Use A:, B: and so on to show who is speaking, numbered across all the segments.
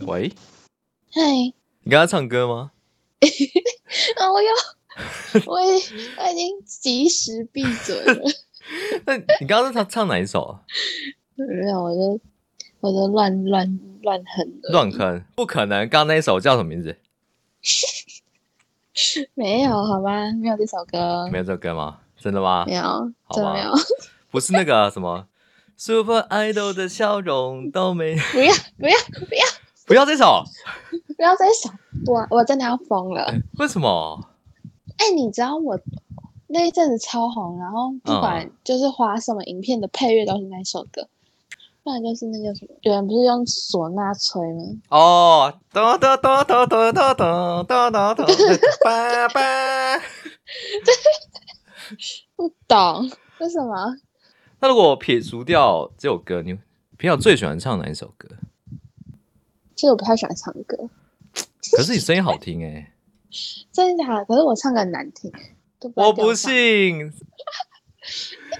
A: 喂，
B: 嘿，
A: 你刚刚唱歌吗？
B: 啊，我要，我已我已经及时闭嘴了，
A: 那你刚刚是唱唱哪一首啊？
B: 没有，我就我就乱乱乱哼的，
A: 乱哼，不可能！刚刚那一首叫什么名字？
B: 没有，好吧，没有这首歌，
A: 没有这首歌吗？真的吗
B: 嗯没？有，
A: 好
B: 真的没
A: 吧
B: 有，
A: 不是那个什么 Super Idol 的笑容都没，
B: 不要不要不要
A: 不要这 首，
B: 不要再想，我我真的要疯了。
A: 为什么？
B: 哎、你知道我那一阵子超红，然后
A: 嗯
B: 不管就是花什么影片的配乐都是那首歌，不然就是那个什么，有人不是用唢呐吹吗？
A: 哦，哒哒哒哒哒哒哒哒哒哒，叭叭。
B: 不懂为什么？
A: 那如果撇除掉这首歌，你平常最喜欢唱哪一首歌？
B: 其实我不太喜欢唱歌，
A: 可是你声音好听哎、
B: 真的假的？可是我唱歌很难听，都
A: 我
B: 不
A: 不
B: 是。
A: 信，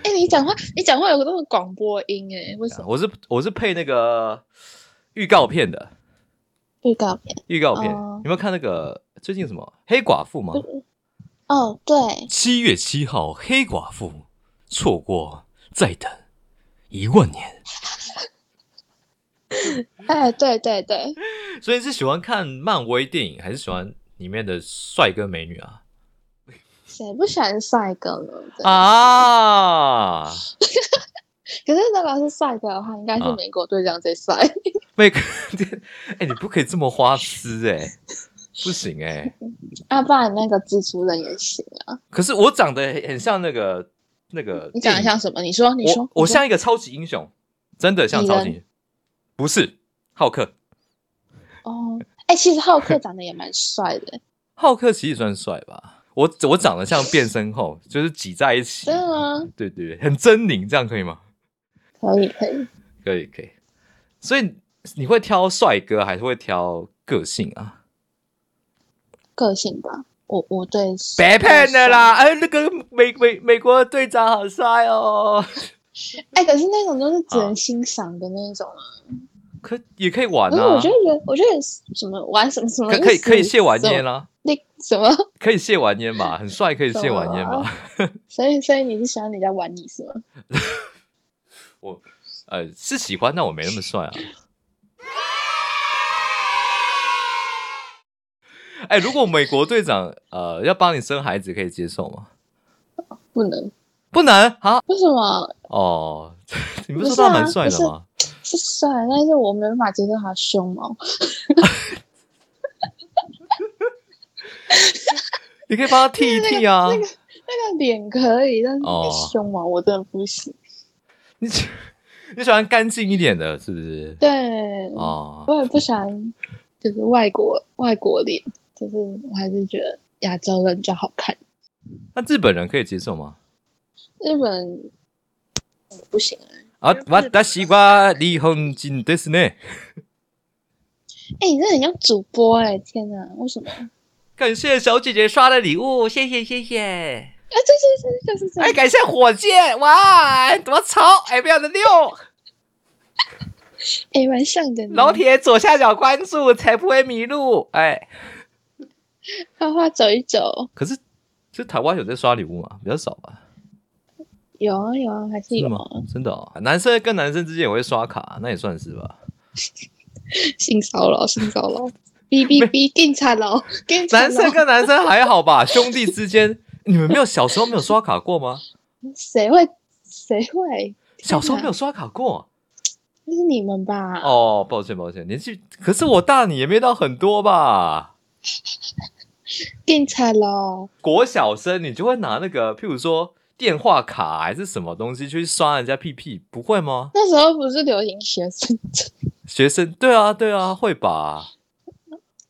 B: 哎、你讲话，你讲话有那种广播音哎、为什么？
A: 我是我是配那个预告片的
B: 预告片
A: 预告片，
B: 哦
A: 有没有看那个最近什么黑寡妇吗？
B: 哦，对，
A: 七月七号，黑寡妇错过，再等一万年。
B: 哎，对对对，
A: 所以是喜欢看漫威电影，还是喜欢里面的帅哥美女啊？
B: 谁不喜欢帅哥呢？对
A: 啊，
B: 可是如果是帅哥的话，应该是
A: 啊
B: 美国队长最帅。
A: 每个 哎、你不可以这么花痴哎、不行哎、
B: 啊，不然那个蜘蛛人也行啊。
A: 可是我长得很像那个那个，
B: 你长得像什么？你说，你说
A: 我，我
B: 你说
A: 像一个超级英雄，真的像超级英雄，不是浩克。
B: 哦，哎、其实浩克长得也蛮帅的，
A: 浩克其实算帅吧，我我长得像变身 后，就是挤在一起，
B: 真的吗？
A: 对对对，很狰狞，这样可以吗？
B: 可以，可以。
A: 可以可以。所以你会挑帅哥，还是会挑个性啊？
B: 个性吧，我我对
A: 别骗的！啦！哎，那个美美美国队长好帅哦，
B: 哎、可是那种都是只能欣赏的那种啊。
A: 可也可以玩
B: 可是
A: 啊
B: 我觉，得人，我觉得什么玩什么什么
A: 可可以可以卸完
B: 什
A: 烟
B: 么
A: 啦、
B: 那什么？
A: 可以卸完烟吧，很帅，可以卸完烟吧。
B: 所以所以你是喜欢人家玩你是吗？
A: 我呃是喜欢，但我没那么 帅啊。哎，如果美国队长呃要帮你生孩子，可以接受吗？
B: 不能，
A: 不能啊
B: 为什么
A: 哦， 你不是
B: 不是
A: 说他蛮
B: 啊
A: 帅
B: 不
A: 的
B: 是
A: 吗？
B: 是帅，但是我没办法接受他的胸毛。
A: 你可以帮他剃一剃啊。
B: 那个脸可以，但是那
A: 哦
B: 个胸毛我真的不行。
A: 你喜你喜欢干净一点的，是不是？
B: 对，
A: 哦，
B: 我也不喜欢，就是外国外国脸，就是我还是觉得亚洲人比较好看，
A: 那日本人可以接受吗？
B: 日本人不行啊。
A: 啊，
B: 日
A: 我
B: 本
A: 大西瓜日本人ですね。
B: 哎、你这很像主播哎、天哪，为什么？哎、
A: 感谢小姐姐刷的礼物，谢谢谢谢。
B: 这这这就是 这
A: 哎，
B: 样。
A: 感谢火箭，哇，多潮，哎，非常的溜。
B: 哎、蛮像的呢。
A: 老铁左下角关注才不会迷路。哎，
B: 花花走一走，
A: 可是，就台湾有在刷礼物吗？比较少吧。
B: 有啊有啊，还是
A: 真的
B: 有
A: 吗
B: 啊，？
A: 真的哦，男生跟男生之间也会刷卡，那也算是吧。
B: 性骚扰性 骚扰，哔哔哔，警察喽， 警察
A: 男
B: 喽
A: 生。跟男生还好吧， 兄弟之间，你们没有小时候没有刷卡过吗？
B: 谁会谁会？
A: 小时候没有刷卡过
B: 那是你们吧？
A: 哦，抱歉抱歉，年纪可是我大你也没到很多吧。
B: 警察喽，
A: 国小生你就会拿那个，譬如说电话卡还是什么东西去刷人家屁屁，不会吗？
B: 那时候不是流行学生 证。
A: 学生对啊对啊会吧？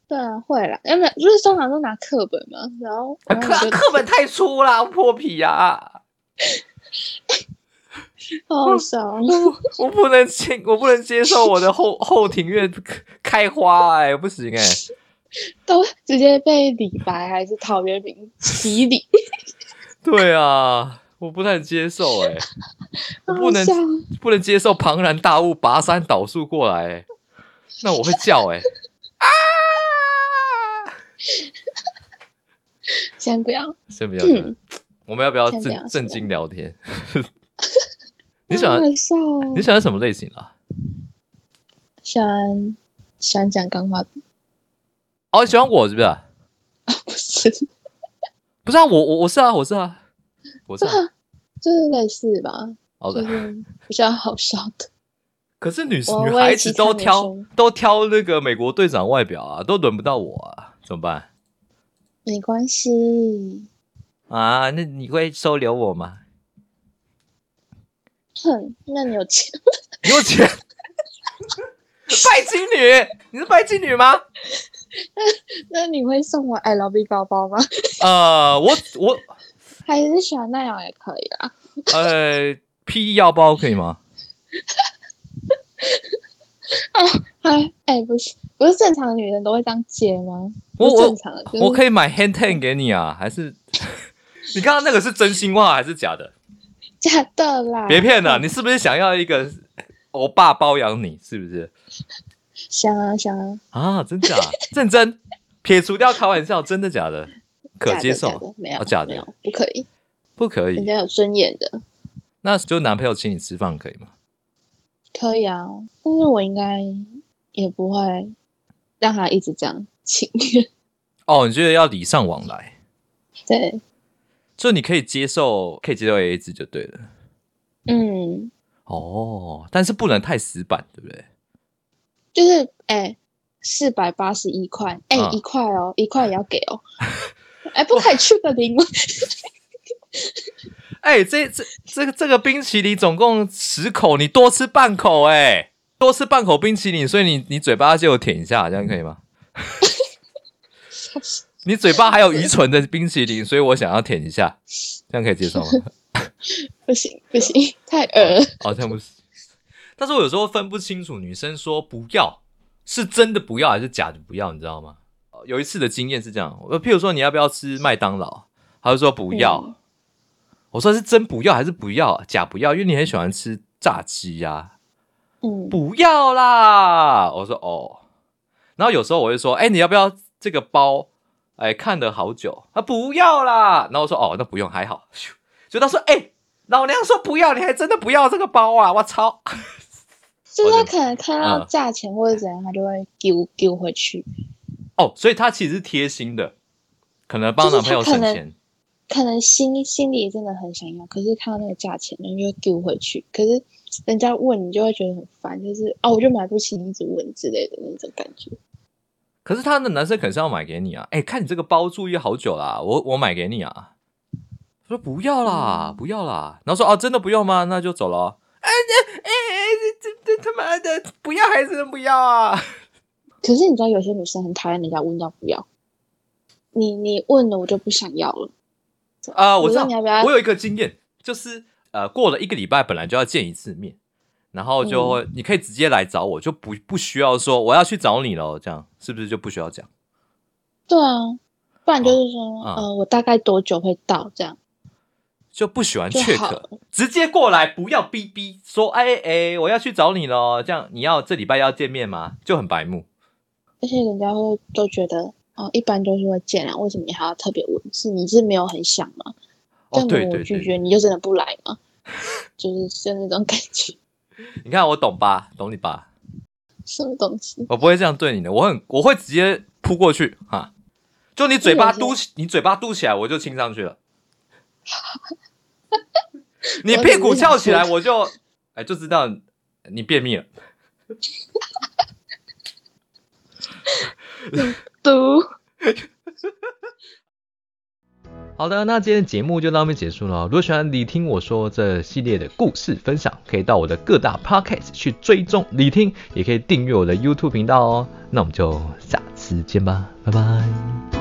B: 对啊，会啦，要不然就是通常都拿课本嘛，然后
A: 啊
B: 然后
A: 课
B: 我就
A: 课本太粗啦，破皮呀、啊！
B: 好好笑哦，
A: 我不能接，我不能接受我的后后庭院开花哎、不行哎、
B: 都直接被李白还是陶渊明洗礼，
A: 对啊，我不太接受哎、我
B: 好
A: 不
B: 好
A: 能
B: 笑哦。
A: 不能接受庞然大物拔山倒树过来、欸。那我会叫哎、
B: 先不要，
A: 先不要，
B: 嗯
A: 我们要不要
B: 先不要
A: 正正
B: 先不
A: 经聊 天？你喜欢
B: 好笑哦
A: 你喜欢什么类型啊？
B: 喜欢喜欢讲干话的，
A: 哦，你喜欢我是不是啊？
B: 不 是，
A: 不是啊，我我我是啊，我是啊，我是、啊。
B: 就是类似吧，
A: 好
B: 就
A: 的，
B: 是比较好笑的。
A: 可是女
B: 我
A: 女
B: 我
A: 孩
B: 也
A: 子
B: 其他
A: 都
B: 女
A: 挑
B: 生
A: 都挑那个美国队长外表啊，都轮不到我啊，怎么办
B: 没关系，
A: 啊？那你会收留我吗？
B: 哼，那你有钱？
A: 你有钱？拜金女，你是拜金女吗？
B: 那你会送我 I love you 包包吗？
A: 呃，我我
B: 还是喜欢那样也可以啦。
A: 呃，P 腰包可以吗？
B: 哎哎，不是，不是正常的女人都会这样接吗？
A: 我
B: 不是
A: 我
B: 正常的，就是
A: 我可以买 hand ten 给你啊？还 是你刚刚那个是真心话还是假的？
B: 假的啦，
A: 别骗啊了，你是不是想要一个欧巴包养你？是不是
B: 想啊想啊，
A: 啊？真 假？认真？撇除掉开玩笑，真的假的？可
B: 假的
A: 接
B: 假的
A: 受？
B: 没有、
A: 哦假的
B: 没有，不可以，
A: 不可
B: 人
A: 以？
B: 家有尊严的，
A: 那就男朋友请你吃饭可以吗？
B: 可以啊。但是我应该也不会让他一直这样请，
A: 哦，你觉得要礼尚往来，
B: 对，
A: 就你可以接受，可以接受 A A 制就对了。
B: 嗯，
A: 哦，但是不能太死板，对不对？
B: 就是哎，四百八十一块，哎、
A: 嗯
B: 一块哦，一块也要给 哦，哎、不可以去个零吗？
A: 哎、这这这个这个冰淇淋总共十口，你多吃半口、哎，多吃半口冰淇淋，所以你你嘴巴就有舔一下，这样可以吗？你嘴巴还有愚蠢的冰淇淋，所以我想要舔一下，这样可以接受吗？
B: 不行不行，太恶了，
A: 好像不是。但是我有时候分不清楚，女生说不要是真的不要还是假的不要，你知道吗？呃有一次的经验是这样，我譬如说你要不要吃麦当劳，她就说不要。
B: 嗯
A: 我说是真不要还是不要，假不要，因为你很喜欢吃炸鸡呀、
B: 嗯，
A: 不要啦！我说哦，然后有时候我会说，哎、你要不要这个包？哎、看了好久，啊，不要啦！然后我说哦，那不用，还好。咻就他说，哎、老娘说不要，你还真的不要这个包啊！我操！
B: 就是
A: 我
B: 他
A: 的
B: 可能看到
A: 嗯
B: 价钱或者怎样，他就会丢丢回去，
A: 哦，所以他其实是贴心的，可能帮
B: 就是
A: 男朋友
B: 他可
A: 省
B: 能
A: 钱。
B: 可能心心里真的很想要，可是看到那个价钱，然后就丢回去。可是人家问你，就会觉得很烦，就是哦，我就买不起，你一直问之类的那种感觉。
A: 可是他的男生可能是要买给你啊，哎、看你这个包注意好久啦，我我买给你啊。他说不要啦，
B: 嗯
A: 不要啦，然后说哦、真的不用吗？那就走了哦。哎哎哎哎，这这这他妈的不要还是不要啊？
B: 可是你知道，有些女生很讨厌人家问到不要，你你问了我就不想要了。
A: 啊、我知
B: 说
A: 道
B: 你，要不要
A: 我？有一个经验，就是呃，过了一个礼拜，本来就要见一次面，然后就
B: 嗯
A: 会、你可以直接来找我，就不不需要说我要去找你了，这样是不是就不需要讲？
B: 对啊，不然就是说，
A: 嗯
B: 呃，我大概多久会到这样？
A: 就不喜欢
B: 就
A: check，
B: 好
A: 直接过来，不要逼逼说，哎哎，我要去找你咯，这样你要这礼拜要见面吗？就很白目。
B: 而且人家会都觉得，哦，一般都是会见啊，为什么你还要特别问？是你是没有很想吗？
A: 哦，
B: 但
A: 对
B: 我
A: 对
B: 拒
A: 对，
B: 绝，你就真的不来吗？ 就是就那种感觉，
A: 你看我懂吧，懂你吧，
B: 什么东西？
A: 我不会这样对你的，我很我会直接扑过去哈，就你嘴巴
B: 因为
A: 嘟
B: 有
A: 起，你嘴巴嘟起来，我就亲上去 了。你
B: 我
A: 屁
B: 只
A: 股
B: 是想
A: 翘起来，
B: 说
A: 我就哎就知道你便秘了。
B: 嘟，
A: 好的，那今天的节目就到这边结束了哦。如果喜欢你听我说这系列的故事分享，可以到我的各大 podcast 去追踪你听，也可以订阅我的 YouTube 频道哦。那我们就下次见吧，拜拜。